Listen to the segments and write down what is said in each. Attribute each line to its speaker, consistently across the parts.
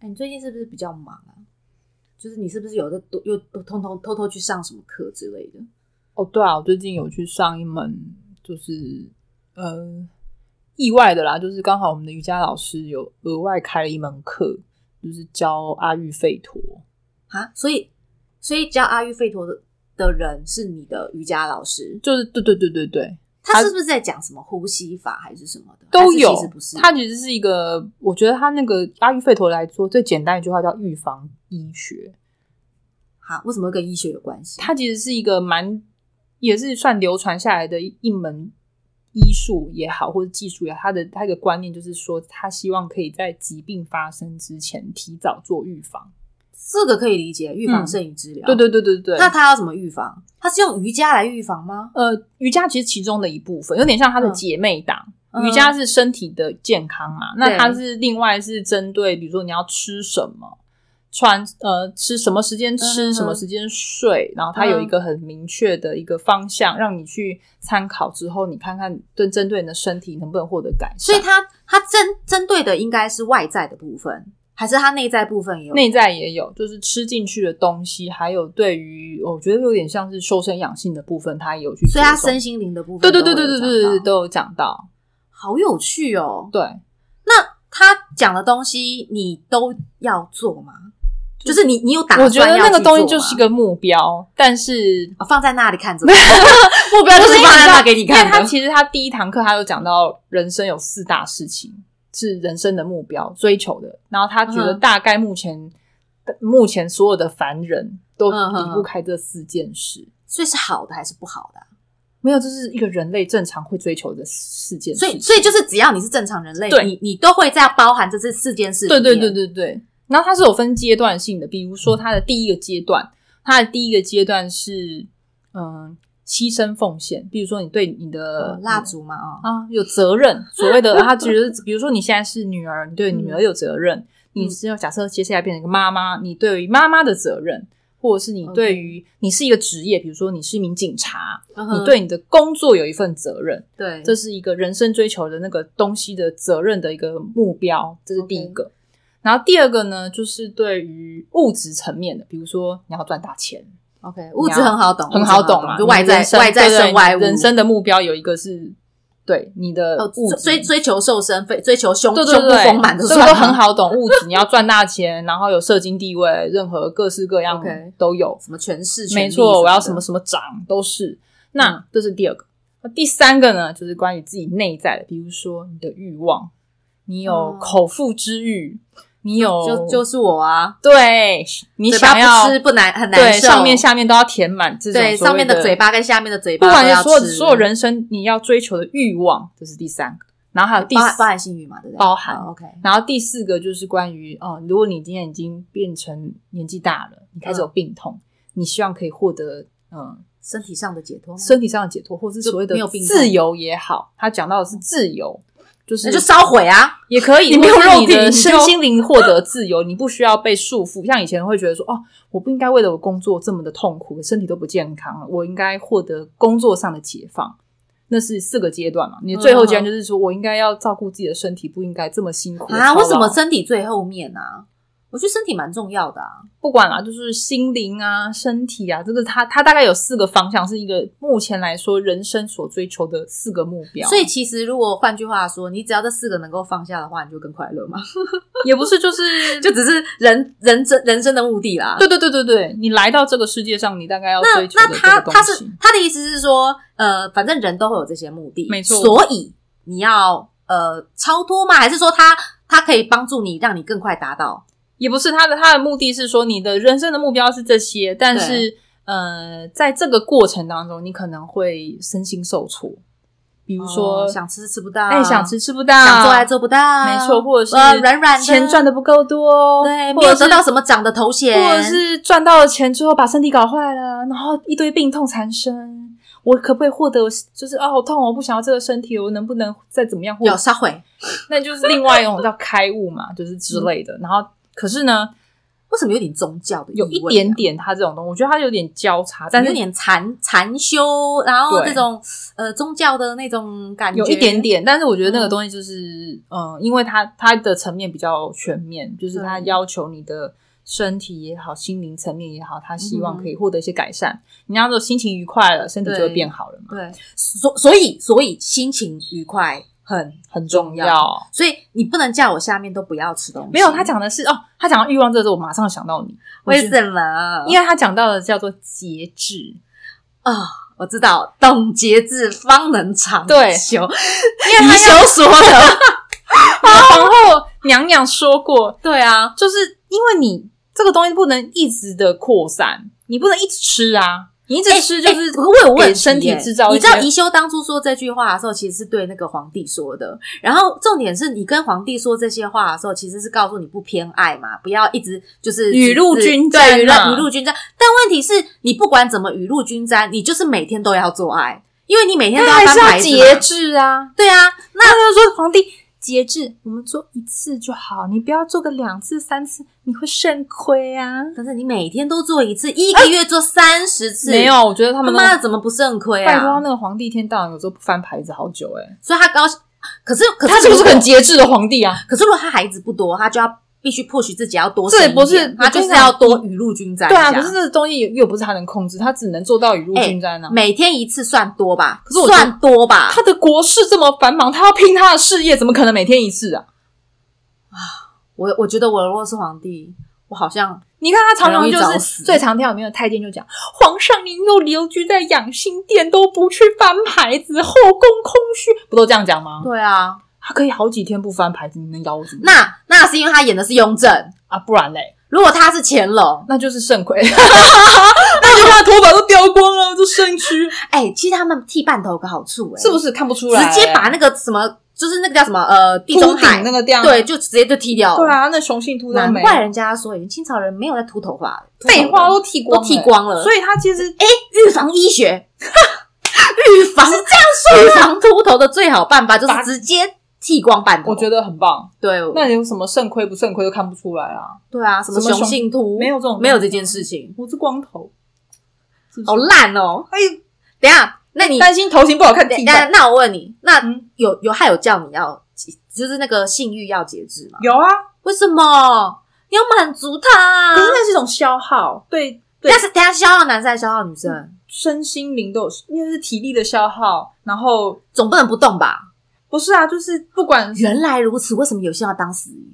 Speaker 1: 哎你最近是不是比较忙啊？就是你是不是有的都又都通通偷偷去上什么课之类的？
Speaker 2: 哦，对啊，我最近有去上一门，就是呃，意外的啦，就是刚好我们的瑜伽老师有额外开了一门课，就是教阿育吠陀。
Speaker 1: 啊，所以所以教阿育吠陀的的人是你的瑜伽老师，
Speaker 2: 就是对对对对对，
Speaker 1: 他是不是在讲什么呼吸法还是什么的？
Speaker 2: 都
Speaker 1: 还是
Speaker 2: 有
Speaker 1: 其实不是。。
Speaker 2: 它其实是一个，我觉得它那个阿育吠陀来说，最简单一句话叫预防医学。
Speaker 1: 好，为什么会跟医学有关系？
Speaker 2: 它其实是一个蛮，也是算流传下来的一门医术也好，或者技术也好，它的它一个观念就是说，他希望可以在疾病发生之前提早做预防。
Speaker 1: 这个可以理解，预防
Speaker 2: 嗯
Speaker 1: 胜于治疗。
Speaker 2: 对对对对对。
Speaker 1: 那他要怎么预防？他是用瑜伽来预防吗？
Speaker 2: 呃，瑜伽其实其中的一部分，有点像它的
Speaker 1: 嗯
Speaker 2: 姐妹档。
Speaker 1: 嗯
Speaker 2: 瑜伽是身体的健康嘛，
Speaker 1: 对
Speaker 2: 那它是另外是针对，比如说你要吃什么。穿呃吃什么时间吃、
Speaker 1: 嗯
Speaker 2: 什么时间睡，然后它有
Speaker 1: 嗯
Speaker 2: 一个很明确的一个方向，让你去参考之后，你看看对针对你的身体能不能获得改
Speaker 1: 所
Speaker 2: 善。
Speaker 1: 以他他针针对的应该是外在的部分，还是他内在部分也有？
Speaker 2: 内在也有，就是吃进去的东西，还有对于我觉得有点像是修身养性的部分，它也有去着重。
Speaker 1: 所以他身心灵的部分
Speaker 2: 对
Speaker 1: 都
Speaker 2: 对
Speaker 1: 会
Speaker 2: 对
Speaker 1: 有讲
Speaker 2: 对
Speaker 1: 到，
Speaker 2: 对对对都有讲到，
Speaker 1: 好有趣哦。
Speaker 2: 对。
Speaker 1: 他讲的东西你都要做吗？就是你你有打算
Speaker 2: 我觉得那
Speaker 1: 要
Speaker 2: 个
Speaker 1: 去
Speaker 2: 东西
Speaker 1: 做
Speaker 2: 就是
Speaker 1: 吗
Speaker 2: 个目标，但是
Speaker 1: 啊放在那里 看着吧，目标就是
Speaker 2: 因为
Speaker 1: 放
Speaker 2: 你
Speaker 1: 在
Speaker 2: 知道
Speaker 1: 那给你
Speaker 2: 因
Speaker 1: 看
Speaker 2: 为他
Speaker 1: 的。
Speaker 2: 其实他第一堂课他有讲到人生有四大事情是人生的目标追求的，然后他觉得
Speaker 1: 嗯
Speaker 2: 大概目前、呃目前所有的凡人都
Speaker 1: 嗯嗯嗯
Speaker 2: 离不开这四件事。
Speaker 1: 所以是好的还是不好的啊、
Speaker 2: 没有，这是一个人类正常会追求的四件事
Speaker 1: 所
Speaker 2: 情。
Speaker 1: 以所以就是只要你是正常人类，
Speaker 2: 对
Speaker 1: 你你都会在包含这这四件事。
Speaker 2: 对对对，对对。然后它是有分阶段性的，比如说它的第一个阶段，它的第一个阶段是嗯牺牲奉献，比如说你对你的
Speaker 1: 呃，蜡烛嘛啊、哦，
Speaker 2: 啊，有责任。所谓的他觉得，比如说你现在是女儿，你对女
Speaker 1: 嗯
Speaker 2: 儿有责任；你只有假设接下来变成一个妈妈，你对于妈妈的责任，或者是你
Speaker 1: OK
Speaker 2: 对于你是一个职业，比如说你是一名警察，
Speaker 1: 嗯哼
Speaker 2: 你对你的工作有一份责任，
Speaker 1: 对，
Speaker 2: 这是一个人生追求的那个东西的责任的一个目标，这是第一个。然后第二个呢，就是对于物质层面的，比如说你要赚大钱，
Speaker 1: OK 物质很好懂，
Speaker 2: 很
Speaker 1: 物质
Speaker 2: 好懂嘛，
Speaker 1: 就外在
Speaker 2: 人生
Speaker 1: 外在
Speaker 2: 对对
Speaker 1: 身外物，
Speaker 2: 人生的目标有一个是对你的
Speaker 1: 哦
Speaker 2: 物质
Speaker 1: 追追求瘦身，非追求胸
Speaker 2: 对对
Speaker 1: 胸部
Speaker 2: 对，
Speaker 1: 哦丰满的
Speaker 2: 这
Speaker 1: 算吗
Speaker 2: 个都很好懂。物质你要赚大钱，然后有社经地位，任何各式各样
Speaker 1: OK
Speaker 2: 都有。
Speaker 1: 什么权势，
Speaker 2: 没
Speaker 1: 权力
Speaker 2: 错，我要什
Speaker 1: 的嗯
Speaker 2: 么什么长都是。那这是第二个，那第三个呢，就是关于自己内在的，比如说你的欲望，你有
Speaker 1: 嗯
Speaker 2: 口腹之欲，你有
Speaker 1: 就就是我啊，
Speaker 2: 对你
Speaker 1: 嘴巴
Speaker 2: 想要
Speaker 1: 不吃不难很难
Speaker 2: 对
Speaker 1: 受，
Speaker 2: 上面下面都要填满这种
Speaker 1: 对
Speaker 2: 所谓
Speaker 1: 上面的嘴巴跟下面的嘴
Speaker 2: 不
Speaker 1: 巴
Speaker 2: 管
Speaker 1: 都
Speaker 2: 是
Speaker 1: 要
Speaker 2: 所有
Speaker 1: 吃
Speaker 2: 所有人生你要追求的欲望，这是第三个，然后还有第
Speaker 1: 包含哦
Speaker 2: 四
Speaker 1: 包含性欲嘛，对不对？
Speaker 2: 包含
Speaker 1: 好 OK，
Speaker 2: 然后第四个就是关于哦、呃如果你今天已经变成年纪大了，你开
Speaker 1: 嗯
Speaker 2: 始有病痛，你希望可以获得嗯、呃
Speaker 1: 身体上的解脱吗，
Speaker 2: 身体上的解脱，或是所谓
Speaker 1: 就
Speaker 2: 的
Speaker 1: 没有病痛
Speaker 2: 自由也好，他讲到的是自由，就是
Speaker 1: 那就烧毁啊，
Speaker 2: 也可以，
Speaker 1: 你没有
Speaker 2: 或是
Speaker 1: 肉
Speaker 2: 你
Speaker 1: 体
Speaker 2: 的
Speaker 1: 你就
Speaker 2: 身心灵获得自由，你不需要被束缚。像以前会觉得说哦，我不应该为了我工作这么的痛苦，身体都不健康了，我应该获得工作上的解放。那是四个阶段嘛，你的最后阶
Speaker 1: 嗯
Speaker 2: 段就是说我应该要照顾自己的身体，不应该这么辛苦
Speaker 1: 啊，
Speaker 2: 操劳
Speaker 1: 为什么身体最后面啊？我觉得身体蛮重要的啊，
Speaker 2: 不管啦，就是心灵啊、身体啊，这个它它大概有四个方向，是一个目前来说人生所追求的四个目标。
Speaker 1: 所以其实如果换句话说，你只要这四个能够放下的话，你就更快乐嘛，
Speaker 2: 也不是就是
Speaker 1: 就只是人人生人生的目的啦。
Speaker 2: 对对对对对，你来到这个世界上，你大概要
Speaker 1: 那
Speaker 2: 追求
Speaker 1: 那
Speaker 2: 的
Speaker 1: 他
Speaker 2: 这个
Speaker 1: 他
Speaker 2: 东
Speaker 1: 是
Speaker 2: 西。
Speaker 1: 他的意思是说，呃，反正人都会有这些目的，
Speaker 2: 没错
Speaker 1: 所以你要呃超脱吗？还是说他他可以帮助你，让你更快达到？
Speaker 2: 也不是他的，他的目的是说你的人生的目标是这些，但是呃，在这个过程当中，你可能会身心受挫，
Speaker 1: 比
Speaker 2: 比如说、
Speaker 1: 哦想吃吃不到，
Speaker 2: 哎想吃吃不到，
Speaker 1: 想做还做不到，
Speaker 2: 没错，或者是
Speaker 1: 呃软软的
Speaker 2: 钱赚的不够多，
Speaker 1: 对，
Speaker 2: 或
Speaker 1: 没有
Speaker 2: 者是
Speaker 1: 得到什么长的头衔，
Speaker 2: 或者是赚到了钱之后把身体搞坏了，然后一堆病痛缠身。我可不可以获得？就是哦，好痛哦！我不想要这个身体，我能不能再怎么样获
Speaker 1: 有烧毁。嗯
Speaker 2: 那就是另外一种叫开悟嘛，就是之类的。然后，可是呢，
Speaker 1: 为什么有点宗教的意味
Speaker 2: 有
Speaker 1: 啊、
Speaker 2: 一点点它这种东西，我觉得它有点交叉，但
Speaker 1: 但
Speaker 2: 是
Speaker 1: 有点禅禅修，然后
Speaker 2: 对
Speaker 1: 这种呃宗教的那种感觉，
Speaker 2: 有一点。点，但是我觉得那个东西就是，嗯，因为它它的层面比较全面，就是它
Speaker 1: 对
Speaker 2: 要求你的身体也好，心灵层面也好，它希
Speaker 1: 嗯
Speaker 2: 望
Speaker 1: 哼
Speaker 2: 可以获得一些改善。你要说心情愉快了，身体就
Speaker 1: 对
Speaker 2: 会变好了嘛，
Speaker 1: 对，所所以所以心情愉快很，
Speaker 2: 很重
Speaker 1: 重
Speaker 2: 要。
Speaker 1: 所以你不能叫我下面都不要吃东西。
Speaker 2: 没有，他讲的是哦，他讲到欲望这个时候，我马上想到你，
Speaker 1: 为
Speaker 2: 么？
Speaker 1: 什么？
Speaker 2: 因为他讲到的叫做节制，
Speaker 1: 啊、我知道，懂节制方能长
Speaker 2: 对
Speaker 1: 久，
Speaker 2: 因为他
Speaker 1: 求所 得。
Speaker 2: 皇后娘娘说过，
Speaker 1: 对啊，
Speaker 2: 就是因为你这个东西不能一直的扩散，你不能一直吃啊，你一直吃就
Speaker 1: 欸
Speaker 2: 是
Speaker 1: 欸我有问
Speaker 2: 给
Speaker 1: 题
Speaker 2: 身体
Speaker 1: 耶
Speaker 2: 制啊造一
Speaker 1: 你知道
Speaker 2: 些
Speaker 1: 宜修当初说这句话的时候，其实是对那个皇帝说的。然后重点是你跟皇帝说这些话的时候，其实是告诉你不偏爱嘛，不要一直就是
Speaker 2: 雨露均沾
Speaker 1: 对，雨露
Speaker 2: 啊
Speaker 1: 雨露均沾。但问题是你不管怎么雨露均沾，你就是每天都要做爱，因为你每天都
Speaker 2: 他还
Speaker 1: 翻
Speaker 2: 是要
Speaker 1: 牌子嘛
Speaker 2: 节。制啊。
Speaker 1: 对啊，
Speaker 2: 那他就说皇帝节制，我们做一次就好，你不要做个两次、三次，你会肾亏啊。
Speaker 1: 但是你每天都做一次，一个月做三十次，
Speaker 2: 没有，我觉得他
Speaker 1: 他
Speaker 2: 们那
Speaker 1: 妈
Speaker 2: 个
Speaker 1: 的怎么不肾亏
Speaker 2: 拜托他
Speaker 1: 啊？
Speaker 2: 那个皇帝一天到晚有时候不翻牌子好久、欸，哎，
Speaker 1: 所以他高兴，可是可是
Speaker 2: 他是不是
Speaker 1: 如果
Speaker 2: 很节制的皇帝啊？
Speaker 1: 可是如果他孩子不多，他就要必须迫许自己要多
Speaker 2: 这
Speaker 1: 生一
Speaker 2: 也不
Speaker 1: 点
Speaker 2: 是
Speaker 1: 他就是要多雨露均沾一
Speaker 2: 对
Speaker 1: 下。
Speaker 2: 啊，可是这个东西又又不是他能控制，他只能做到雨露均沾啊。
Speaker 1: 每天一次算多吧？
Speaker 2: 可是我觉得
Speaker 1: 算多吧？
Speaker 2: 他的国事这么繁忙，他要拼他的事业，怎么可能每天一次啊？
Speaker 1: 我我觉得我如果是皇帝，我好像
Speaker 2: 你看他常常就
Speaker 1: 很容易找
Speaker 2: 是
Speaker 1: 死
Speaker 2: 最常听到没有太监就讲，皇上您又留居在养心殿，都不去翻牌子，后宫空虚，不都这样讲吗？
Speaker 1: 对啊。
Speaker 2: 他可以好几天不翻牌子，你能咬我怎么样？
Speaker 1: 那那是因为他演的是雍正，
Speaker 2: 啊，不然嘞，
Speaker 1: 如果他是乾隆，
Speaker 2: 那就是 肾亏， 那就把头发都掉光了，就 肾虚，
Speaker 1: 哎、其实他们剃半头有个好处、哎，
Speaker 2: 是不
Speaker 1: 是？
Speaker 2: 是看不出来？
Speaker 1: 直接把那个什么，就是那个叫什么呃，地中
Speaker 2: 秃
Speaker 1: 海
Speaker 2: 顶那个掉，
Speaker 1: 对，，就直接就剃掉了。
Speaker 2: 对啊，那雄性秃都
Speaker 1: 难
Speaker 2: 没
Speaker 1: 怪人家说，以前清朝人没有在秃头发，
Speaker 2: 废话都剃光
Speaker 1: 都
Speaker 2: 了，
Speaker 1: 剃光了，
Speaker 2: 所以他其实
Speaker 1: 哎，预防医学，预防是
Speaker 2: 啊
Speaker 1: 这样说，预防秃头的最好办法就是直接剃光半头。
Speaker 2: 我觉得很棒。
Speaker 1: 对，
Speaker 2: 那有什么肾亏不肾亏都看不出来啊！
Speaker 1: 对啊，什么
Speaker 2: 什么
Speaker 1: 雄性秃
Speaker 2: 没有这种
Speaker 1: 没有这件事情，
Speaker 2: 我是光头，是不是
Speaker 1: 好烂哦！
Speaker 2: 哎，
Speaker 1: 等一下，那你
Speaker 2: 担心头型不好看，
Speaker 1: 等
Speaker 2: 剃
Speaker 1: 一
Speaker 2: 吧
Speaker 1: 下，那我问你，那
Speaker 2: 嗯
Speaker 1: 有有还有叫你要就是那个性欲要节制吗？
Speaker 2: 有啊，
Speaker 1: 为什么你要满足他啊
Speaker 2: 可？是那是一种消耗，对对嗯
Speaker 1: 但是等一下消耗男生还是消耗女生，
Speaker 2: 身心灵都有，因为是体力的消耗，然后
Speaker 1: 总不能不动吧？
Speaker 2: 不是啊，就是不管
Speaker 1: 原来如此，为什么有些人要当死鱼？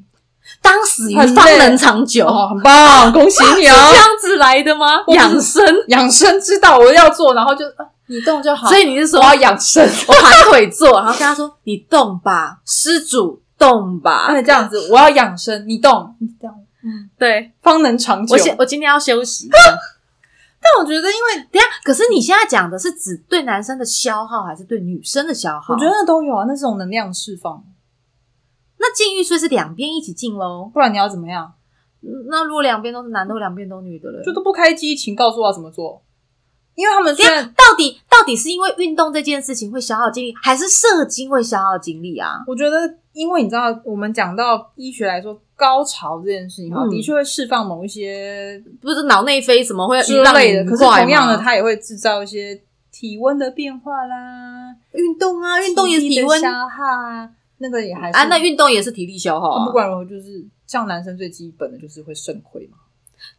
Speaker 1: 当死鱼
Speaker 2: 很累
Speaker 1: 方能长久，
Speaker 2: 哦，很棒，恭喜 你
Speaker 1: 是这
Speaker 2: 哦！
Speaker 1: 样子来的吗？
Speaker 2: 我不
Speaker 1: 养生，
Speaker 2: 养生之道我要做，然后就啊你动就好，
Speaker 1: 所以你是说
Speaker 2: 我要养生。
Speaker 1: 我盘腿坐，然后跟他说：“你动吧，施主动吧。
Speaker 2: 哎那这样子，我要养生，你动，你动，嗯，
Speaker 1: 对
Speaker 2: 方能长久。
Speaker 1: 我现我今天要休息。
Speaker 2: 但我觉得，因为
Speaker 1: 等一下，可是你现在讲的是指对男生的消耗，还是对女生的消耗？
Speaker 2: 我觉得那都有啊，那是种能量释放，
Speaker 1: 那禁欲税是两边一起禁喽。
Speaker 2: 不然你要怎么样？
Speaker 1: 嗯那如果两边都是男的，或两边都女的了，
Speaker 2: 就都不开机，请告诉我怎么做。因为他们虽
Speaker 1: 这
Speaker 2: 然
Speaker 1: 样到底到底是因为运动这件事情会消耗精力，还是射精会消耗精力啊？
Speaker 2: 我觉得，因为你知道，我们讲到医学来说，高潮这件事情哈，
Speaker 1: 嗯
Speaker 2: 的确会释放某一些
Speaker 1: 不是脑内啡什么会
Speaker 2: 之
Speaker 1: 让你
Speaker 2: 类的，
Speaker 1: 愉
Speaker 2: 可是
Speaker 1: 快
Speaker 2: 同样的，
Speaker 1: 吗
Speaker 2: 它也会制造一些体温的变化啦，
Speaker 1: 运动啊，运动也是
Speaker 2: 力
Speaker 1: 体
Speaker 2: 的
Speaker 1: 温
Speaker 2: 消耗啊，那个也还是
Speaker 1: 啊，那运动也是体力消耗、啊。
Speaker 2: 不管如何，就是像男生最基本的就是会肾亏嘛，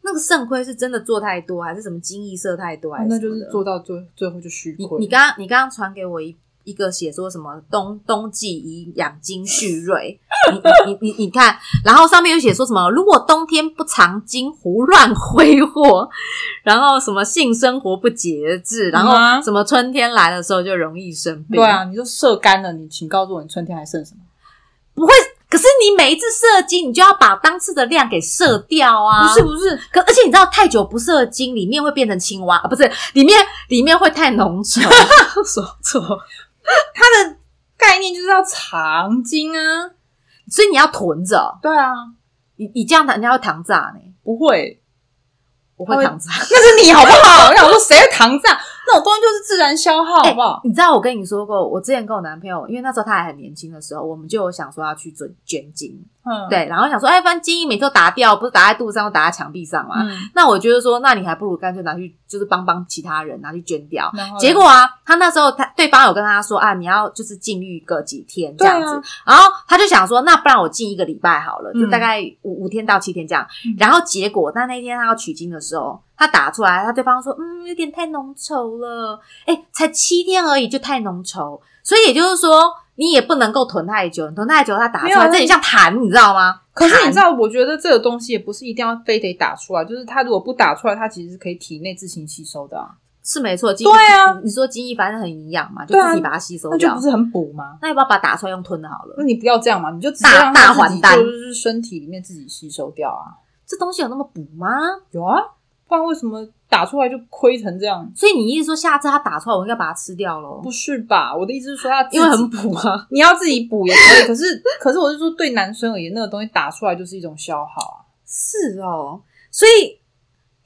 Speaker 1: 那个肾亏是真的做太多，还是什么精液射太多，还是
Speaker 2: 啊哦那
Speaker 1: 什
Speaker 2: 就
Speaker 1: 么
Speaker 2: 是
Speaker 1: 的
Speaker 2: 做到最最后就虚
Speaker 1: 你
Speaker 2: 亏。
Speaker 1: 你刚刚你刚刚传给我一一个写说什么冬冬季宜养精蓄 锐，你你你你你看，然后上面又写说什么如果冬天不常经胡乱挥霍，然后什么性生活不节制，然
Speaker 2: 嗯啊
Speaker 1: 后什么春天来的时候就容易生病，
Speaker 2: 对，啊，你就射干了，你请告诉我你春天还剩什么？
Speaker 1: 不会。可是你每一次射精，你就要把当次的量给射掉啊！
Speaker 2: 不是不是，
Speaker 1: 可而且你知道太久不射精，里面会变成青蛙啊，不是里面里面会太浓 稠，
Speaker 2: 说错，它的概念就是要藏精啊。
Speaker 1: 所以你要囤着哦。
Speaker 2: 对啊，
Speaker 1: 你你这样人家会糖炸呢，
Speaker 2: 不会，
Speaker 1: 我
Speaker 2: 他
Speaker 1: 会
Speaker 2: 会
Speaker 1: 糖炸。
Speaker 2: 那是你好不好？我想说谁会糖炸？这种东西就是自然消耗，好不好？
Speaker 1: 你知道我跟你说过，我之前跟我男朋友，因为那时候他还很年轻的时候，我们就有想说要去捐捐精，
Speaker 2: 嗯，
Speaker 1: 对，然后想说，哎，反正精液每次都打掉，不是打在肚子上，都打在墙壁上嘛。
Speaker 2: 嗯，
Speaker 1: 那我觉得说，那你还不如干脆拿去，就是帮帮其他人拿去捐掉。
Speaker 2: 然后呢
Speaker 1: 结果啊，他那时候他对方有跟他说啊，你要就是禁欲个几天这
Speaker 2: 对啊
Speaker 1: 样子，然后他就想说，那不然我禁一个礼拜好了，就
Speaker 2: 嗯
Speaker 1: 大概五五天到七天这样
Speaker 2: 嗯。
Speaker 1: 然后结果，但那天他要取经的时候，他打出来，他对方说，嗯，有点太浓稠了，哎，才七天而已就太浓稠，所以也就是说，你也不能够囤太久，你囤太久它打
Speaker 2: 没
Speaker 1: 出
Speaker 2: 有
Speaker 1: 来，
Speaker 2: 啊
Speaker 1: 这很像痰，你知道吗？
Speaker 2: 可是你
Speaker 1: 痰
Speaker 2: 知道，我觉得这个东西也不是一定要非得打出来，就是它如果不打出来，它其实是可以体内自行吸收的啊，
Speaker 1: 是没错，对
Speaker 2: 对啊，
Speaker 1: 你说精液反正很营养嘛，就
Speaker 2: 对啊
Speaker 1: 自己把它吸收
Speaker 2: 那就
Speaker 1: 掉
Speaker 2: 不。是很补吗？
Speaker 1: 那要不要把它打出来用吞的好了
Speaker 2: 那？你不要这样嘛，你就直接
Speaker 1: 大
Speaker 2: 让它
Speaker 1: 大
Speaker 2: 自
Speaker 1: 还
Speaker 2: 己
Speaker 1: 丹
Speaker 2: 就是身体里面自己吸收掉啊。
Speaker 1: 这东西有那么补吗？
Speaker 2: 有啊，不然为什么打出来就亏成这样？
Speaker 1: 所以你意思说下次它打出来，我应该把它吃掉喽
Speaker 2: 不？是吧？我的意思是说它自己，
Speaker 1: 因为很补啊。
Speaker 2: 你要自己补也可以，可是可是我是说，对男生而言，那个东西打出来就是一种消耗啊。
Speaker 1: 是哦，所以，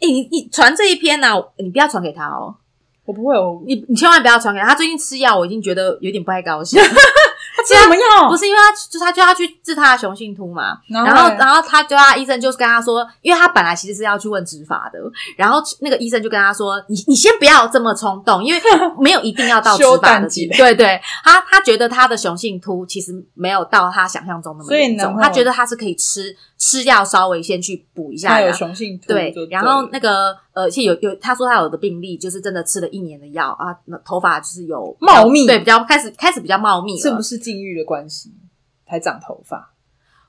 Speaker 1: 哎、你你传这一篇呢、你不要传给他哦，
Speaker 2: 我不会，我
Speaker 1: 你你千万不要传给他。他最近吃药，我已经觉得有点不太高 兴。
Speaker 2: 他吃什么药？
Speaker 1: 不
Speaker 2: 是，
Speaker 1: 是因为他就他就要去治他的雄性秃嘛，
Speaker 2: 然
Speaker 1: 然后
Speaker 2: 嘞
Speaker 1: 然后他就他医生就是跟他说，因为他本来其实是要去问执法的，然后那个医生就跟他说，你你先不要这么冲动， 因为没有一定要到执
Speaker 2: 修
Speaker 1: 法的
Speaker 2: 蛋
Speaker 1: 地
Speaker 2: 鸡
Speaker 1: 步。对对，他他觉得他的雄性秃其实没有到他想象中那么
Speaker 2: 所以
Speaker 1: 严
Speaker 2: 然
Speaker 1: 重，
Speaker 2: 后
Speaker 1: 他觉得他是可以吃吃药稍微先去补一下
Speaker 2: 他
Speaker 1: 的，
Speaker 2: 有雄性秃，
Speaker 1: 对
Speaker 2: 就，
Speaker 1: 然后
Speaker 2: 了
Speaker 1: 那个呃，其实有有，他说他有的病例就是真的吃了一年的药啊，那头发就是有
Speaker 2: 茂密
Speaker 1: 对，比较开始开始比较茂密了。
Speaker 2: 是不是禁欲的关系才长头发？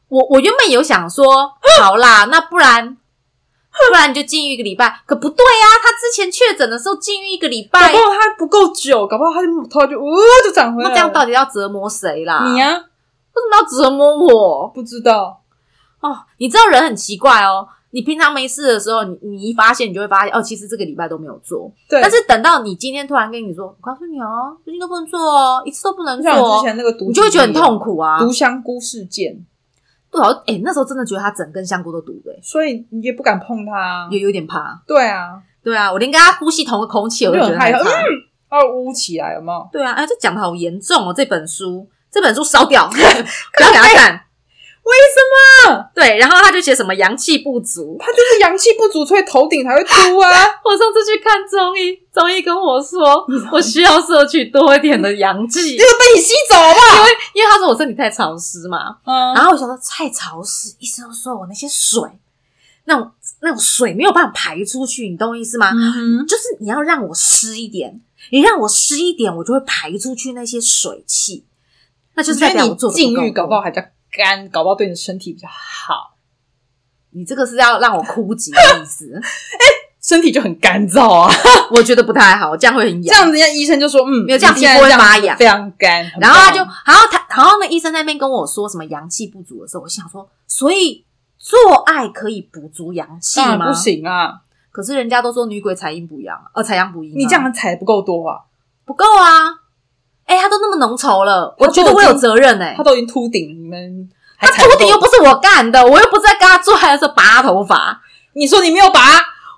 Speaker 1: 我我原本有想说， 好啦，那不然不然你就禁欲一个礼拜，可不对啊，他之前确诊的时候禁欲一个礼
Speaker 2: 搞
Speaker 1: 拜
Speaker 2: 不，好它不够久，搞不好它就头发就呜、就长回来
Speaker 1: 那这
Speaker 2: 了。
Speaker 1: 样到底要折磨谁啦？
Speaker 2: 你
Speaker 1: 啊，
Speaker 2: 呀、啊？
Speaker 1: 为什么要折磨我？
Speaker 2: 不知道，
Speaker 1: 哦，你知道人很奇怪哦。你平常没事的时候，你你一发现，你就会发现哦，其实这个礼拜都没有做。
Speaker 2: 对。
Speaker 1: 但是等到你今天突然跟你说，我告诉你哦，最近都不能做哦，一次都不能
Speaker 2: 就
Speaker 1: 做
Speaker 2: 像我之
Speaker 1: 哦，
Speaker 2: 前那个毒，
Speaker 1: 你就会觉得很痛。苦啊。
Speaker 2: 毒香菇事件，
Speaker 1: 对啊，哎、那时候真的觉得他整根香菇都毒的、
Speaker 2: 所以你也不敢碰它啊、
Speaker 1: 也有点怕。
Speaker 2: 对啊，
Speaker 1: 对啊，我连跟他呼吸同个空气，我
Speaker 2: 就
Speaker 1: 都觉
Speaker 2: 很
Speaker 1: 得
Speaker 2: 害
Speaker 1: 害
Speaker 2: 怕，
Speaker 1: 怕。
Speaker 2: 嗯，哦，捂起来有没有？
Speaker 1: 对啊，哎、这讲的好严重哦，这本书，这本书烧掉， 不要给他看。
Speaker 2: 为什
Speaker 1: 对，然后他就写什么阳气不足
Speaker 2: 么？。它就是阳气不足，所以头顶才会秃 啊。
Speaker 1: 我上次去看中医，中医跟我说，我需要摄取多一点的阳气，
Speaker 2: 这个被你吸走了吧？
Speaker 1: 因为他说我身体太潮湿嘛。然
Speaker 2: 嗯，
Speaker 1: 后我想说太潮湿，医生说我那些水，那种那种水没有办法排出去，你懂我意思吗？
Speaker 2: 嗯
Speaker 1: 就是你要让我湿一点，你让我湿一点，我就会排出去那些水汽，那就是代
Speaker 2: 觉得
Speaker 1: 表我
Speaker 2: 你
Speaker 1: 做得
Speaker 2: 禁
Speaker 1: 够
Speaker 2: 欲
Speaker 1: 多
Speaker 2: 搞不好还比较干，搞不好对你的身体比较好，
Speaker 1: 你这个是要让我枯竭的意思，
Speaker 2: 身体就很干燥啊。
Speaker 1: 我觉得不太好，这样会很
Speaker 2: 这
Speaker 1: 痒。
Speaker 2: 样人家医生就说，嗯，
Speaker 1: 没有这样
Speaker 2: 你现在
Speaker 1: 皮肤会
Speaker 2: 这样
Speaker 1: 发
Speaker 2: 子
Speaker 1: 痒
Speaker 2: 非常干。很
Speaker 1: 然后他
Speaker 2: 棒
Speaker 1: 就，然后他，然后那医生在那边跟我说什么阳气不足的时候，我心想说，所以做爱可以补足阳气
Speaker 2: 当然
Speaker 1: 吗
Speaker 2: 不？行啊，
Speaker 1: 可是人家都说女鬼采阴补阳，呃，采阳补阴啊。
Speaker 2: 你这样踩不够多啊，
Speaker 1: 不够啊！哎、他都那么浓稠了，
Speaker 2: 他
Speaker 1: 我
Speaker 2: 都
Speaker 1: 觉得我有责任哎、
Speaker 2: 他都已经秃顶，你们还
Speaker 1: 他
Speaker 2: 踩不
Speaker 1: 秃顶
Speaker 2: 够
Speaker 1: 又不是我干的，我又不是在跟他做爱的时候拔他头发，
Speaker 2: 你说你没有拔，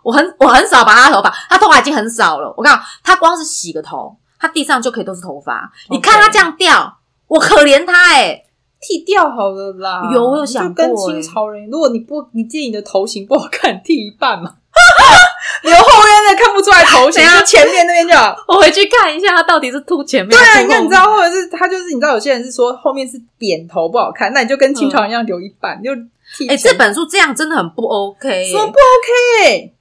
Speaker 1: 我很我很少拔他头发，他头发已经很少了。我告诉你，他光是洗个头，他地上就可以都是头发。你看他这样掉，我可怜他哎、
Speaker 2: 剃掉好了啦。
Speaker 1: 有我有想
Speaker 2: 就
Speaker 1: 过
Speaker 2: 跟
Speaker 1: 欸
Speaker 2: 清朝人，如果你不你介意你的头型不好看，剃一半 嘛。留后面那个看不出来头型，
Speaker 1: 怎样
Speaker 2: 就前面那边就好。
Speaker 1: 我回去看一下他到底是秃前面
Speaker 2: 对 啊，
Speaker 1: 还是
Speaker 2: 你看，你
Speaker 1: 秃
Speaker 2: 知
Speaker 1: 后
Speaker 2: 道，或者是他就是，你知道有些人是说后面是扁头不好看，那你就跟清朝人一样留一半，就剃
Speaker 1: 面。哎、
Speaker 2: 前。
Speaker 1: 这本书这样真的很不 OK 欸、
Speaker 2: 怎么不 OK？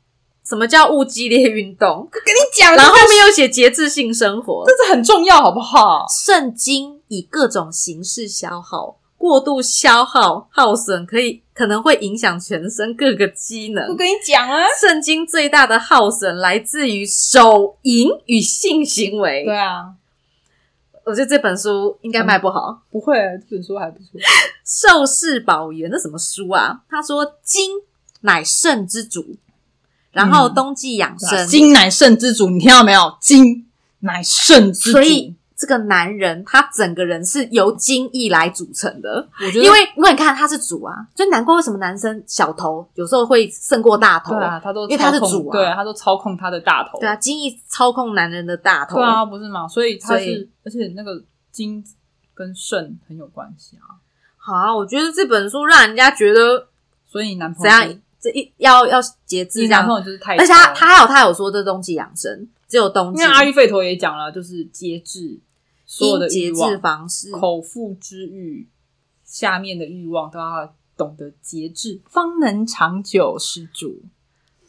Speaker 1: 什么叫勿激烈运 动？
Speaker 2: 跟你讲，
Speaker 1: 然后后
Speaker 2: 这
Speaker 1: 面又写节制性生活，
Speaker 2: 这是很重要，好不好？
Speaker 1: 圣经以各种形式消耗、过度消耗、耗损，可以可能会影响全身各个机
Speaker 2: 我
Speaker 1: 能。
Speaker 2: 跟你讲啊，
Speaker 1: 圣经最大的耗损来自于手淫与性行为。
Speaker 2: 对啊，
Speaker 1: 我觉得这本书应该卖不好。
Speaker 2: 不会，啊这本书还不错。
Speaker 1: 寿世宝元，那什么书啊？他说精乃肾之主，然后
Speaker 2: 嗯
Speaker 1: 冬季养生。
Speaker 2: 精乃肾之主，你听到没有？精乃肾之主，
Speaker 1: 所以这个男人他整个人是由精液来组成的，
Speaker 2: 我觉得
Speaker 1: 因为因为你看他是主啊，所以难怪为什么男生小头有时候会胜过大头，
Speaker 2: 对啊，他都
Speaker 1: 因为他是
Speaker 2: 操控
Speaker 1: 主啊
Speaker 2: 对啊，他都操控他的大头，
Speaker 1: 对啊，精液操控男人的大头，
Speaker 2: 对啊，不是吗？所以他
Speaker 1: 所
Speaker 2: 是
Speaker 1: 以，
Speaker 2: 而且那个精跟肾很有关系啊。
Speaker 1: 好啊，我觉得这本书让人家觉得
Speaker 2: 所以你男朋
Speaker 1: 怎
Speaker 2: 友
Speaker 1: 样，这一要要节制
Speaker 2: 你
Speaker 1: 这
Speaker 2: 男
Speaker 1: 样
Speaker 2: 朋，友就是太，
Speaker 1: 而且他他还有他有说这冬季养生，只有冬
Speaker 2: 因
Speaker 1: 季
Speaker 2: 为阿育吠陀也讲了，就是节制所有
Speaker 1: 因
Speaker 2: 的
Speaker 1: 节
Speaker 2: 欲
Speaker 1: 制
Speaker 2: 望，
Speaker 1: 方式，
Speaker 2: 口腹之欲下面的欲望都要懂得节制，方能长久施主。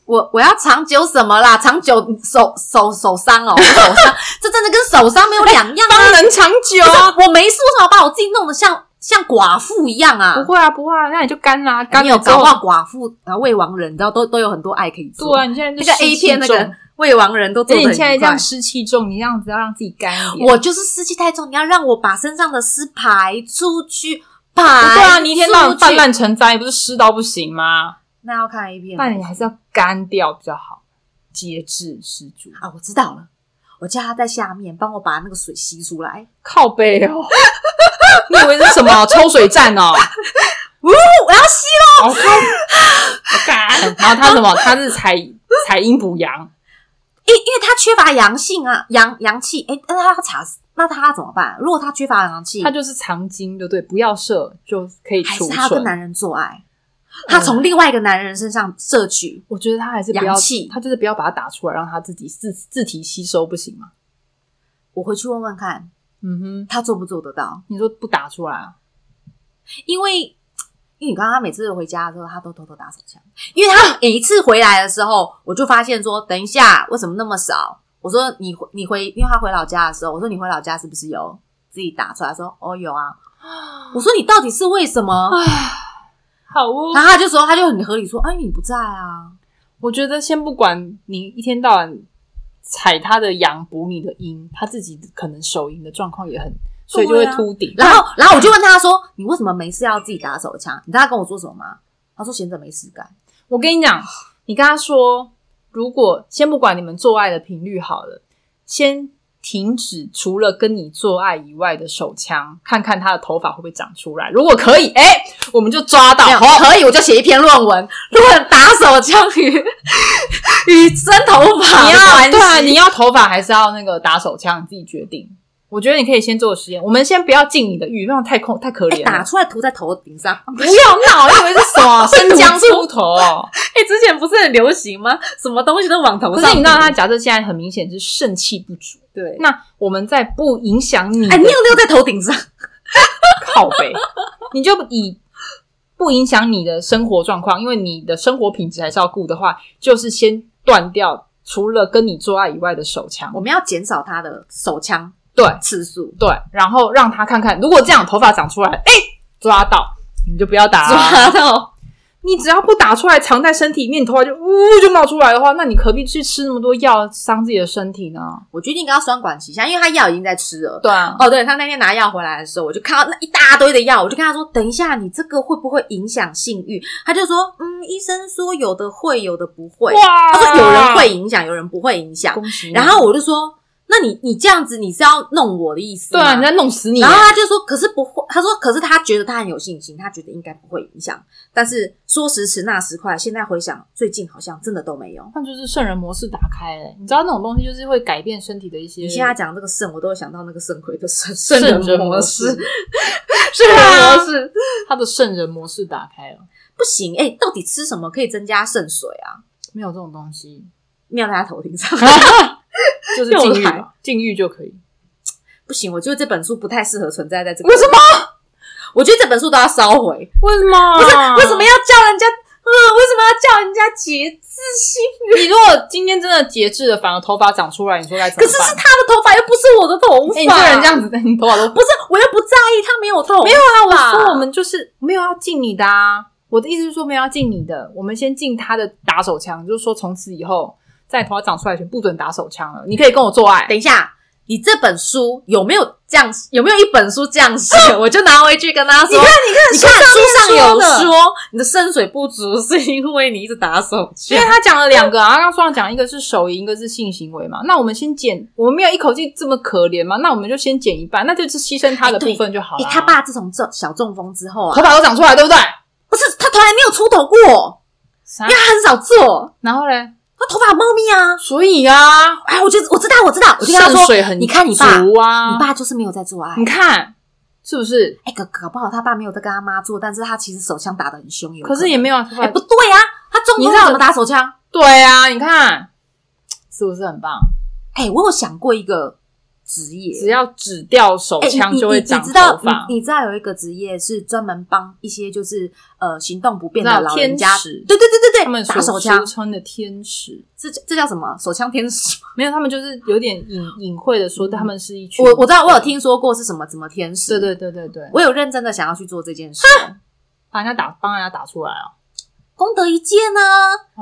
Speaker 1: 我我要长久什么啦？长久手手手伤哦，手伤， 这真的跟手伤没有两 样啊！
Speaker 2: 方能长久，
Speaker 1: 我没事，为什么要把我自己弄得像像寡妇一样啊
Speaker 2: 不？会啊，不会啊，那你就干啦，干
Speaker 1: 你有
Speaker 2: 了之
Speaker 1: 搞
Speaker 2: 后
Speaker 1: 不，好寡妇然后未亡人，你知道都都有很多爱可以做。
Speaker 2: 对啊，你现在就
Speaker 1: 那个 A 片那个未亡人都
Speaker 2: 所
Speaker 1: 做得
Speaker 2: 以你
Speaker 1: 很
Speaker 2: 现在
Speaker 1: 愉
Speaker 2: 这样
Speaker 1: 快。
Speaker 2: 湿气重，你这样子要让自己干一点。
Speaker 1: 我就是湿气太重，你要让我把身上的湿排出去，排
Speaker 2: 对啊，你一天到晚
Speaker 1: 出去
Speaker 2: 泛滥成灾，你不是湿到不行吗？
Speaker 1: 那要看 A 片吗，
Speaker 2: 那你还是要干掉比较好，节制施主。
Speaker 1: 啊，我知道了，我叫他在下面帮我把那个水吸出来。
Speaker 2: 靠背哦， 你以为是什么抽水站哦？
Speaker 1: 我要吸
Speaker 2: 好靠，我干。然后他什么？他是采采阴补阳，
Speaker 1: 因因为他缺乏阳性啊，阳阳气，哎、那他查那他怎么办？如果他缺乏阳气，
Speaker 2: 他就是藏精，对不对？不要射就可以
Speaker 1: 还
Speaker 2: 除
Speaker 1: 是他要跟
Speaker 2: 唇。
Speaker 1: 男人做
Speaker 2: 嗯
Speaker 1: 爱，他从另外一个男人身上摄取，
Speaker 2: 我觉得他还是不要
Speaker 1: 阳气，
Speaker 2: 他就是不要把它打出来，让他自己自自体吸收，不行吗？
Speaker 1: 我回去问问看
Speaker 2: 嗯哼，
Speaker 1: 他做不做得到，
Speaker 2: 你说不打出来啊？
Speaker 1: 因为。因为你刚刚他每次回家的时候，他都偷偷打手枪。因为他每一次回来的时候，我就发现说，等一下为什么那么少？我说你回你回，因为他回老家的时候，我说你回老家是不是有自己打出来？他说哦有啊。我说你到底是为什么？
Speaker 2: 好哦
Speaker 1: 然后他就说，他就很合理说，哎，你不在啊，
Speaker 2: 我觉得先不管你一天到晚踩他的阳补你的阴，他自己可能手淫的状况也很，所以就会
Speaker 1: 啊
Speaker 2: 秃顶。
Speaker 1: 然后，然后我就问他说：“你为什么没事要自己打手枪？”你知道他跟我说什么吗？他说：“闲着没事干。
Speaker 2: 我跟你讲，你跟他说，如果先不管你们做爱的频率好了，先停止除了跟你做爱以外的手枪，看看他的头发会不会长出来。如果可以，哎、我们就抓到
Speaker 1: 没有
Speaker 2: 哦。
Speaker 1: 可以，我就写一篇论文，论打手枪 与与真头发
Speaker 2: 你
Speaker 1: 的
Speaker 2: 要
Speaker 1: 关系
Speaker 2: 对啊，你要头发还是要那个打手枪，你自己决定。我觉得你可以先做实验，我们先不要进你的欲，不然太空太可
Speaker 1: 哎
Speaker 2: 怜了。
Speaker 1: 打出来涂在头顶上。
Speaker 2: 不要闹，以为是什么生姜出头 哦？
Speaker 1: 哎，之前不是很流行吗？什么东西都往头
Speaker 2: 可是你知道，他假设现在很明显是肾气不足，
Speaker 1: 对
Speaker 2: 那我们在不影响你的
Speaker 1: 哎，尿尿在头顶上，
Speaker 2: 靠背， 你就以不影响你的生活状况，因为你的生活品质还是要顾的话，就是先断掉除了跟你做爱以外的手枪
Speaker 1: 我，们要减少他的手枪
Speaker 2: 对
Speaker 1: 次数。
Speaker 2: 对，然后让他看看，如果这样头发长出来，哎、抓到你就不要打、
Speaker 1: 抓
Speaker 2: 啊，
Speaker 1: 到
Speaker 2: 你只要不打出来，藏在身体里面，你头发就呜就冒出来的话，那你何必去吃那么多药伤自己的身体呢？
Speaker 1: 我决定跟他双管齐下，因为他药已经在吃了。
Speaker 2: 对啊，
Speaker 1: 哦，对他那天拿药回来的时候，我就看到那一大堆的药，我就跟他说：“等一下，你这个会不会影响性欲？”他就说：“嗯，医生说有的会，有的不会。”
Speaker 2: 哇
Speaker 1: 他说：“有人会影
Speaker 2: 啊
Speaker 1: 响，有人不会影响。
Speaker 2: 恭喜”你。
Speaker 1: 然后我就说：“那你你这样子，你是要弄我的意思
Speaker 2: 对
Speaker 1: 吗？”
Speaker 2: 啊，你在弄死你
Speaker 1: 然。后他就说：“可是不会。”他说：“可是他觉得他很有信心，他觉得应该不会影响。但是说时迟，那时快，现在回想，最近好像真的都没有。
Speaker 2: 那就是圣人模式打开了，你知道那种东西就是会改变身体的一些。
Speaker 1: 你现在讲这个肾，我都会想到那个肾亏的肾
Speaker 2: 圣
Speaker 1: 肾人模
Speaker 2: 模
Speaker 1: 式， 肾人模
Speaker 2: 是啊，
Speaker 1: 式。”
Speaker 2: 他的圣人模式打开了，
Speaker 1: 不行，哎、到底吃什么可以增加肾水啊？
Speaker 2: 没有这种东西，
Speaker 1: 尿在他头顶上，
Speaker 2: 就是禁欲
Speaker 1: 又 来
Speaker 2: 吧，禁欲就可以。
Speaker 1: 不行，我觉得这本书不太适合存在在这个。
Speaker 2: 为什
Speaker 1: 么？我觉得这本书都要烧毁。
Speaker 2: 为什么？
Speaker 1: 不是，为什么要叫人家？呃，为什么要叫人家节制性？
Speaker 2: 你如果今天真的节制了，反而头发长出来，你说该怎
Speaker 1: 可
Speaker 2: 么
Speaker 1: 是
Speaker 2: 办
Speaker 1: 是他的头发，又不是我的头发。
Speaker 2: 哎，你这个人这样子，你头发都
Speaker 1: 不是，我又不在意他没有头发。
Speaker 2: 没有
Speaker 1: 啊
Speaker 2: 我说我们就是没有要进你的啊，我的意思是说没有要进你的，我们先进他的打手枪，就是说从此以后在头发长出来前不准打手枪了，你可以跟我做爱。
Speaker 1: 等一下，你这本书有没有这样？有没有一本书这样 写？我就拿回去跟他说。
Speaker 2: 你看
Speaker 1: 你看，书上有
Speaker 2: 的，
Speaker 1: 说你的肾水不足是因为你一直打手
Speaker 2: 因
Speaker 1: 枪
Speaker 2: 为。他讲了两个啊，刚刚书上讲一个是手淫，一个是性行为嘛。那我们先减，我们没有一口气这么可怜嘛，那我们就先减一半，那就是牺牲他的
Speaker 1: 哎对
Speaker 2: 部分就好
Speaker 1: 诶
Speaker 2: 了。啊
Speaker 1: 他爸自从这小中风之后啊
Speaker 2: 头，发都长出来，对不对？
Speaker 1: 不是他从来没有出头过，因为他很少做。
Speaker 2: 然后嘞，
Speaker 1: 他头发有猫咪啊！
Speaker 2: 所以啊，
Speaker 1: 哎，我觉得我知道，我知道，我就跟他
Speaker 2: 肾
Speaker 1: 说，
Speaker 2: 水很
Speaker 1: 你看你爸
Speaker 2: 足啊，
Speaker 1: 你爸就是没有在做爱。
Speaker 2: 你看是不是？
Speaker 1: 哎、搞搞不好他爸没有在跟他妈做，但是他其实手枪打得很凶，有
Speaker 2: 可是也
Speaker 1: 能
Speaker 2: 没有啊，
Speaker 1: 哎、不对啊，他中
Speaker 2: 你
Speaker 1: 风
Speaker 2: 知道
Speaker 1: 怎么打手枪？
Speaker 2: 对啊，你看是不是很棒？
Speaker 1: 哎、我有想过一个职业，
Speaker 2: 只要指掉手
Speaker 1: 哎，
Speaker 2: 枪
Speaker 1: 你
Speaker 2: 就
Speaker 1: 你
Speaker 2: 会
Speaker 1: 你
Speaker 2: 长
Speaker 1: 知道
Speaker 2: 头发，
Speaker 1: 你你知道有一个职业是专门帮一些就是呃行动不便
Speaker 2: 知
Speaker 1: 的
Speaker 2: 道
Speaker 1: 老人家
Speaker 2: 天，使
Speaker 1: 对对对
Speaker 2: 他
Speaker 1: 对
Speaker 2: 们
Speaker 1: 对，
Speaker 2: 所
Speaker 1: 打手枪
Speaker 2: 俗，称的天使，
Speaker 1: 这这叫什么？手枪天使吗？
Speaker 2: 没有，他们就是有点隐隐晦的说，他们是一群。
Speaker 1: 我我知道，我有听说过是什么怎么天使，
Speaker 2: 对，对对对对，
Speaker 1: 我有认真的想要去做这件事，
Speaker 2: 把人家打，帮人家打出来啊！
Speaker 1: 功德一件呢、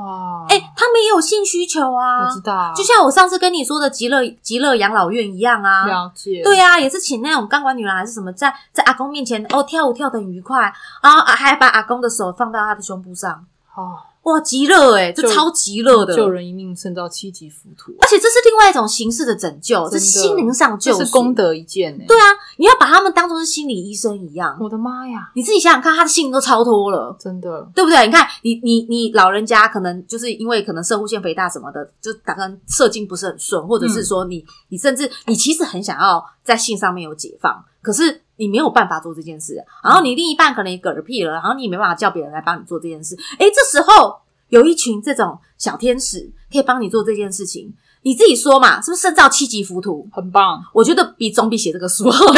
Speaker 2: 哇，
Speaker 1: 哎、他们也有性需求啊
Speaker 2: 我，知道啊，
Speaker 1: 就像我上次跟你说的极乐极乐养老院一样啊，
Speaker 2: 了解，
Speaker 1: 对啊，也是请那种钢管女郎还是什么，在在阿公面前哦跳舞跳得很愉快，然后啊还把阿公的手放到他的胸部上，
Speaker 2: 啊，
Speaker 1: 哇，极乐哎、这
Speaker 2: 救
Speaker 1: 超极乐的，
Speaker 2: 救人一命胜造七级浮屠，
Speaker 1: 而且这是另外一种形式的拯救，这
Speaker 2: 真的
Speaker 1: 是心灵上
Speaker 2: 这
Speaker 1: 救赎
Speaker 2: 是功。德一件呢。欸
Speaker 1: 对啊，你要把他们当做是心理医生一样，
Speaker 2: 我的妈呀，
Speaker 1: 你自己想想看，他的心灵都超脱了。
Speaker 2: 真的，
Speaker 1: 对不对？你看，你你你老人家可能就是因为可能射护腺肥大什么的，就打算射精不是很顺，或者是说你、你甚至你其实很想要在性上面有解放，可是你没有办法做这件事。然后你另一半可能也嗝儿屁了，然后你也没办法叫别人来帮你做这件事。诶，这时候有一群这种小天使可以帮你做这件事情，你自己说嘛，是不是胜造七级浮屠？
Speaker 2: 很棒。
Speaker 1: 我觉得比总比写这个书好。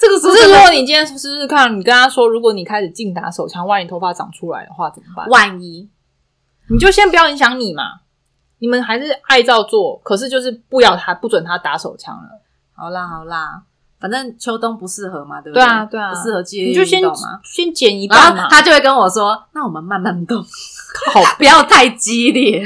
Speaker 1: 这个书，这个
Speaker 2: 只
Speaker 1: 书
Speaker 2: 是
Speaker 1: 真
Speaker 2: 如
Speaker 1: 的
Speaker 2: 果你今天试试看，你跟他说，如果你开始净打手枪，万一头发长出来的话怎么办？
Speaker 1: 万一
Speaker 2: 你就先不要影响你嘛，你们还是爱照做，可是就是不要他不准他打手枪了，
Speaker 1: 好啦好啦，反正秋冬不适合嘛，对不
Speaker 2: 对
Speaker 1: 对
Speaker 2: 啊对啊
Speaker 1: 不适合剧
Speaker 2: 你啊
Speaker 1: 烈
Speaker 2: 就先
Speaker 1: 运动嘛。
Speaker 2: 先减一
Speaker 1: 然
Speaker 2: 半嘛
Speaker 1: 后。他就会跟我说：“那我们慢慢动，
Speaker 2: 靠，
Speaker 1: 不要太激 烈，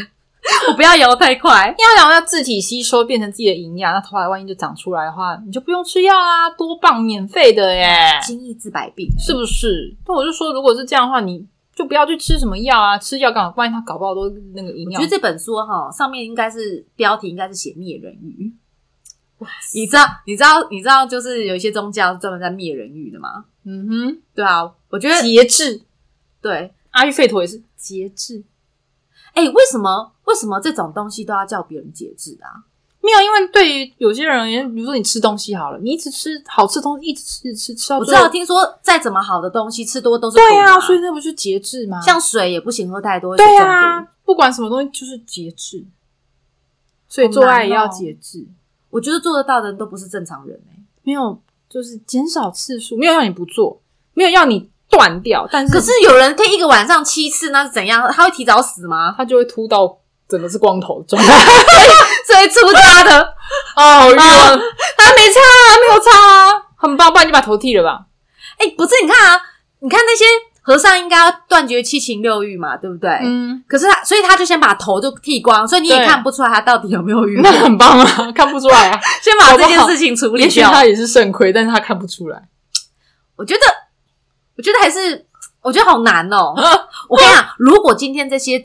Speaker 1: 我不要摇太快。
Speaker 2: 要想要自体吸收变成自己的营养，那头发万一就长出来的话，你就不用吃药啦，多棒，免费的耶”，
Speaker 1: 精益治百病，
Speaker 2: 是不是？那我就说，如果是这样的话，你就不要去吃什么药啊，吃药干嘛？万一他搞不好都那个营
Speaker 1: 我
Speaker 2: 养
Speaker 1: 觉得。这本书哈，上面应该是标题应该是写灭人欲。你知道，你知道，你知道，就是有一些宗教是专门在灭人欲的嘛？
Speaker 2: 嗯
Speaker 1: 对啊，我觉得
Speaker 2: 哼，节制，
Speaker 1: 对。
Speaker 2: 阿育吠陀也是节制。
Speaker 1: 哎，为什么为什么这种东西都要叫别人节制啊？
Speaker 2: 没有，因为对于有些人而言，比如说你吃东西好了，你一直吃好吃的东西，一直吃一直吃吃到
Speaker 1: 我知
Speaker 2: 最后
Speaker 1: 道，听说再怎么好的东西，吃多都是
Speaker 2: 哦对
Speaker 1: 呀、
Speaker 2: 啊，所以那不是节制吗？
Speaker 1: 像水也不行，喝太多会
Speaker 2: 对
Speaker 1: 啊，
Speaker 2: 啊，不管什么东西就是节制，所以
Speaker 1: 好
Speaker 2: 做
Speaker 1: 难
Speaker 2: 爱也要
Speaker 1: 哦
Speaker 2: 节制，
Speaker 1: 我觉得做得到的人都不是正常人哎、
Speaker 2: 没有就是减少次数，没有让你不做，没有让你断掉，但是
Speaker 1: 可是有人可以一个晚上七次，那是怎样？他会提早死吗？
Speaker 2: 它就会秃到整个是光头的状态。
Speaker 1: 所以出家 的
Speaker 2: 哦，
Speaker 1: 啊，
Speaker 2: 啊，
Speaker 1: 他没差啊，没有差啊。
Speaker 2: 很棒，不然你把头剃了吧。
Speaker 1: 哎、不是，你看啊，你看那些和尚应该要断绝七情六欲嘛，对不对？
Speaker 2: 嗯，
Speaker 1: 可是他，所以他就先把头就剃光，所以你也
Speaker 2: 对
Speaker 1: 看不出来他到底有没有欲
Speaker 2: 那
Speaker 1: 望，
Speaker 2: 很棒 啊，看不出来啊。
Speaker 1: 先把这件
Speaker 2: 搞不好
Speaker 1: 事情处
Speaker 2: 也
Speaker 1: 理
Speaker 2: 许
Speaker 1: 掉。
Speaker 2: 他也是肾亏，但是他看不出来。
Speaker 1: 我觉得，我觉得还是，我觉得好难 哦。我跟你讲，如果今天这些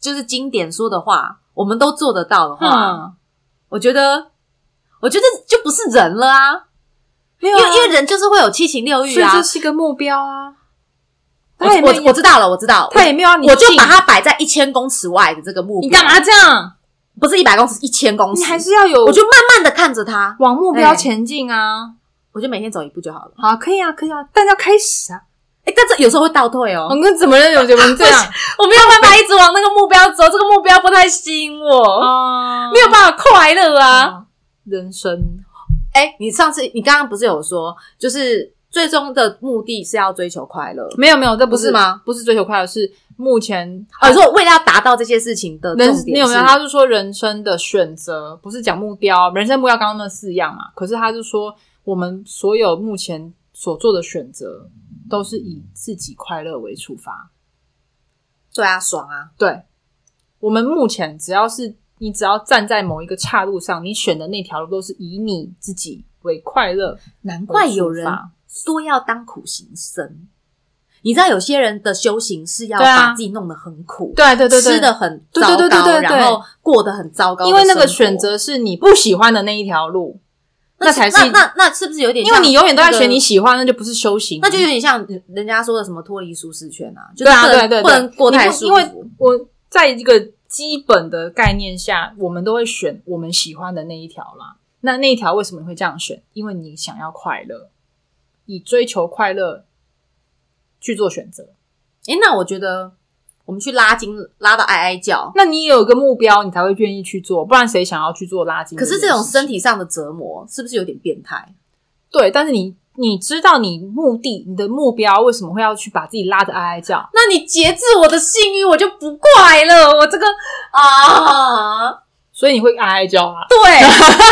Speaker 1: 就是经典说的话，我们都做得到的话，
Speaker 2: 嗯，
Speaker 1: 我觉得，我觉得就不是人了啊。
Speaker 2: 没
Speaker 1: 因为因为人就是会有七情六欲
Speaker 2: 所以
Speaker 1: 啊
Speaker 2: 这。是一个目标啊。
Speaker 1: 我
Speaker 2: 他也没
Speaker 1: 我我
Speaker 2: 有，
Speaker 1: 知道了，我知道，
Speaker 2: 他也没有让你
Speaker 1: 我我就
Speaker 2: 进
Speaker 1: 把它摆在一千公尺外的这个目标。
Speaker 2: 你干嘛？这样？
Speaker 1: 不是一百公尺，一千公尺。
Speaker 2: 你还是要有，
Speaker 1: 我就慢慢的看着它，
Speaker 2: 往目标前进啊。
Speaker 1: 我就每天走一步就好了。
Speaker 2: 好，可以啊，可以啊，但要开始啊。
Speaker 1: 哎，但是有时候会倒退哦
Speaker 2: 我，们怎么能有我们这 样
Speaker 1: 我没有办法一直往那个目标走，这个目标不太吸引我，
Speaker 2: 啊
Speaker 1: 没有办法快乐啊。
Speaker 2: 啊，人生
Speaker 1: 哎，你上次你刚刚不是有说，就是最终的目的是要追求快乐，
Speaker 2: 没有没有，这不
Speaker 1: 不是吗？
Speaker 2: 不是追求快乐，是目前
Speaker 1: 哦，你说为了要达到这些事情的
Speaker 2: 人
Speaker 1: 重点
Speaker 2: 啊没有没有，
Speaker 1: 是
Speaker 2: 他是说人生的选择，不是讲目标，人生目标刚刚那四样嘛。可是他就说，我们所有目前所做的选择，都是以自己快乐为出发。
Speaker 1: 对啊，爽啊，
Speaker 2: 对，我们目前只要是你只要站在某一个岔路上，你选的那条路都是以你自己为快乐。
Speaker 1: 难怪有人说要当苦行僧。你知道有些人的修行是要
Speaker 2: 对啊
Speaker 1: 把自己弄得很苦，
Speaker 2: 对对对对，
Speaker 1: 吃的很糟
Speaker 2: 对
Speaker 1: 糕，
Speaker 2: 对对对对对
Speaker 1: 然后过得很糟糕的
Speaker 2: 因
Speaker 1: 生活，
Speaker 2: 为那个选择是你不喜欢的那一条路，
Speaker 1: 那
Speaker 2: 才是
Speaker 1: 那那那是不是有点
Speaker 2: 因
Speaker 1: 像？
Speaker 2: 为你永远都在
Speaker 1: 那
Speaker 2: 选
Speaker 1: 个
Speaker 2: 你喜欢，那就不是修行。
Speaker 1: 那就有点像人家说的什么脱离舒适圈啊，就
Speaker 2: 对
Speaker 1: 是
Speaker 2: 啊，
Speaker 1: 不能
Speaker 2: 对对对，
Speaker 1: 不能过
Speaker 2: 你
Speaker 1: 太舒服，
Speaker 2: 因为我在一个基本的概念下，我们都会选我们喜欢的那一条啦。那那一条为什么你会这样选？因为你想要快乐，以追求快乐去做选择。
Speaker 1: 诶，那我觉得我们去拉筋拉到哀哀叫，
Speaker 2: 那你也有一个目标，你才会愿意去做，不然谁想要去做拉筋？
Speaker 1: 可是这种身体上的折磨是不是有点变态？
Speaker 2: 对，但是你你知道你目的、你的目标为什么会要去把自己拉的哀哀叫？
Speaker 1: 那你节制我的性欲，我就不快乐。我这个啊，
Speaker 2: 所以你会哀哀叫啊？
Speaker 1: 对，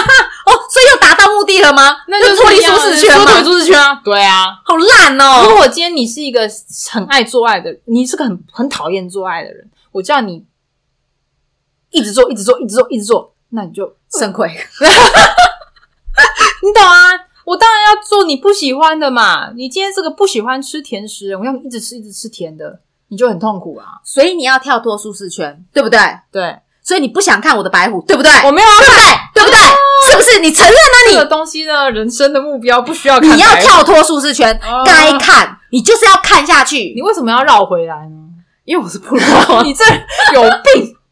Speaker 1: 哦，所以又达到目的了吗？
Speaker 2: 那
Speaker 1: 就脱离舒适圈
Speaker 2: 脱离
Speaker 1: 嘛，
Speaker 2: 舒适圈啊！对啊。
Speaker 1: 好烂
Speaker 2: 如
Speaker 1: 哦！
Speaker 2: 果今天你是一个很爱做爱的人，你是个很很讨厌做爱的人，我叫你一直做，一直做，一直做，一直做，那你就
Speaker 1: 肾亏，
Speaker 2: 你懂啊？我当然要做你不喜欢的嘛。你今天是个不喜欢吃甜食的人，我要你一直吃，一直吃甜的，你就很痛苦啊。
Speaker 1: 所以你要跳脱舒适圈，对不对？
Speaker 2: 对，
Speaker 1: 所以你不想看我的白虎，对不对？
Speaker 2: 我没哦有要
Speaker 1: 对不对？对不对？是不是？你承认
Speaker 2: 这
Speaker 1: 了
Speaker 2: 个东西呢，人生的目标不需要
Speaker 1: 你，
Speaker 2: 看。
Speaker 1: 你要，跳脱舒适圈
Speaker 2: 哦，
Speaker 1: 该看你就是要看下去
Speaker 2: 你。为什么要绕回来呢？
Speaker 1: 因为我是普罗，
Speaker 2: 你这有病！